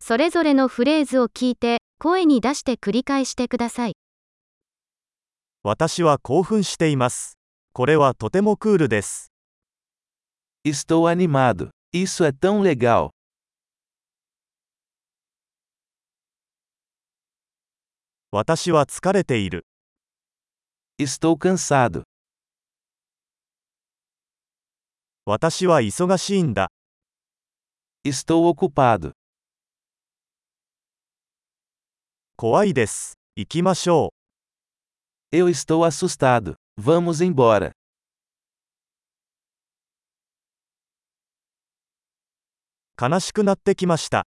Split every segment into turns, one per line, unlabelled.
それぞれのフレーズを聞いて、声に出して繰り返してください。
私は興奮しています。これはとてもクールです。
Estou animado. Isso é tão legal.
私は疲れている。
Estou cansado.
私は忙しいんだ。
Estou ocupado.
怖いです。行きましょう。
Eu estou assustado. Vamos embora.
悲しくなってきました。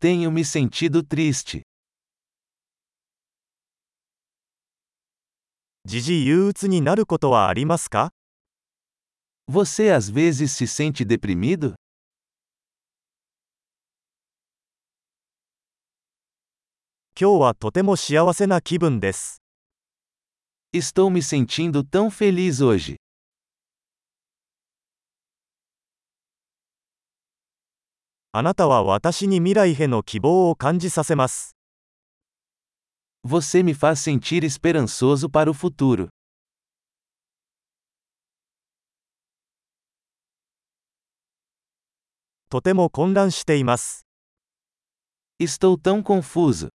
Tenho me sentido triste.
時々憂鬱になることはありますか
Você às vezes se sente deprimido?
今日はとても幸せな気分です。
Estou me sentindo tão feliz hoje.
あなたは私に未来への希望を感じさせます。
Você me faz sentir esperançoso para o futuro.
とても混乱しています。
Estou tão confuso.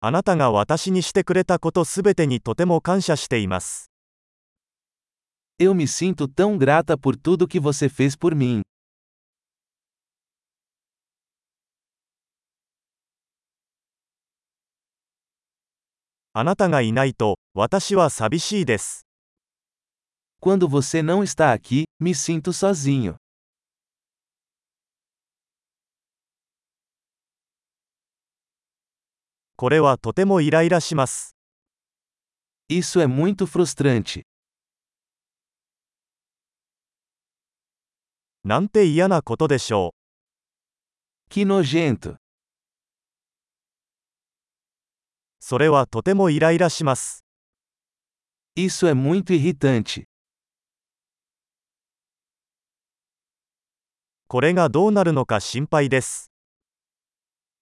あなたが私にしてくれたことすべてにとても感謝しています。
Eu me sinto tão grata por tudo que você fez por mim.
あなたがいないと、私は寂しいです。
Quando você não está aqui, me sinto sozinho.
これはとてもイライラします。
Isso é muito frustrante.
なんて嫌なことでしょう。
Que nojento!
それはとてもイライラします。
Isso é muito irritante.
これがどうなるのか心配です。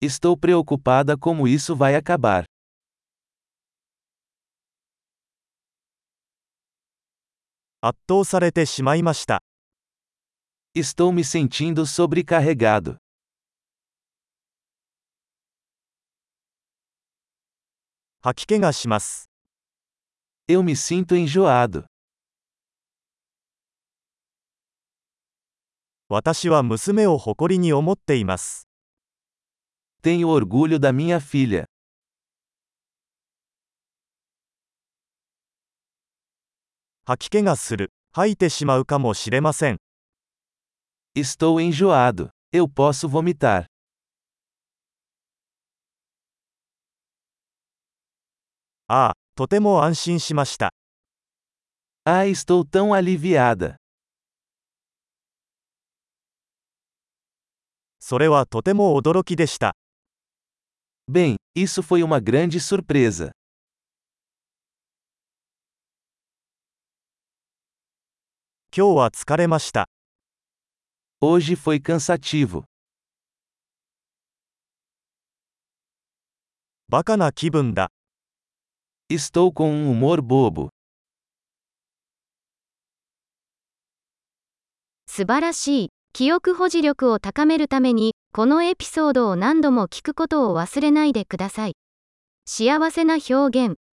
Estou preocupada como isso vai acabar.
圧倒されてしまいました。
Estou me sentindo sobrecarregado.
吐き気がします。
Eu me sinto enjoado.
私は娘を誇りに思っています。
Tenho orgulho da minha filha.
吐き気がする。吐いてしまうかもしれません。
Estou enjoado. Eu posso vomitar.
ああ、とても安心しました。
Ah, estou tão aliviada.
それはとても驚きでした。
Bem, isso foi uma grande surpresa.
今日は疲れました。
Hoje foi cansativo.
バカな気分だ。
Estou com um humor bobo.
素晴らしい。記憶保持力を高めるために、このエピソードを何度も聞くことを忘れないでください。幸せな表現。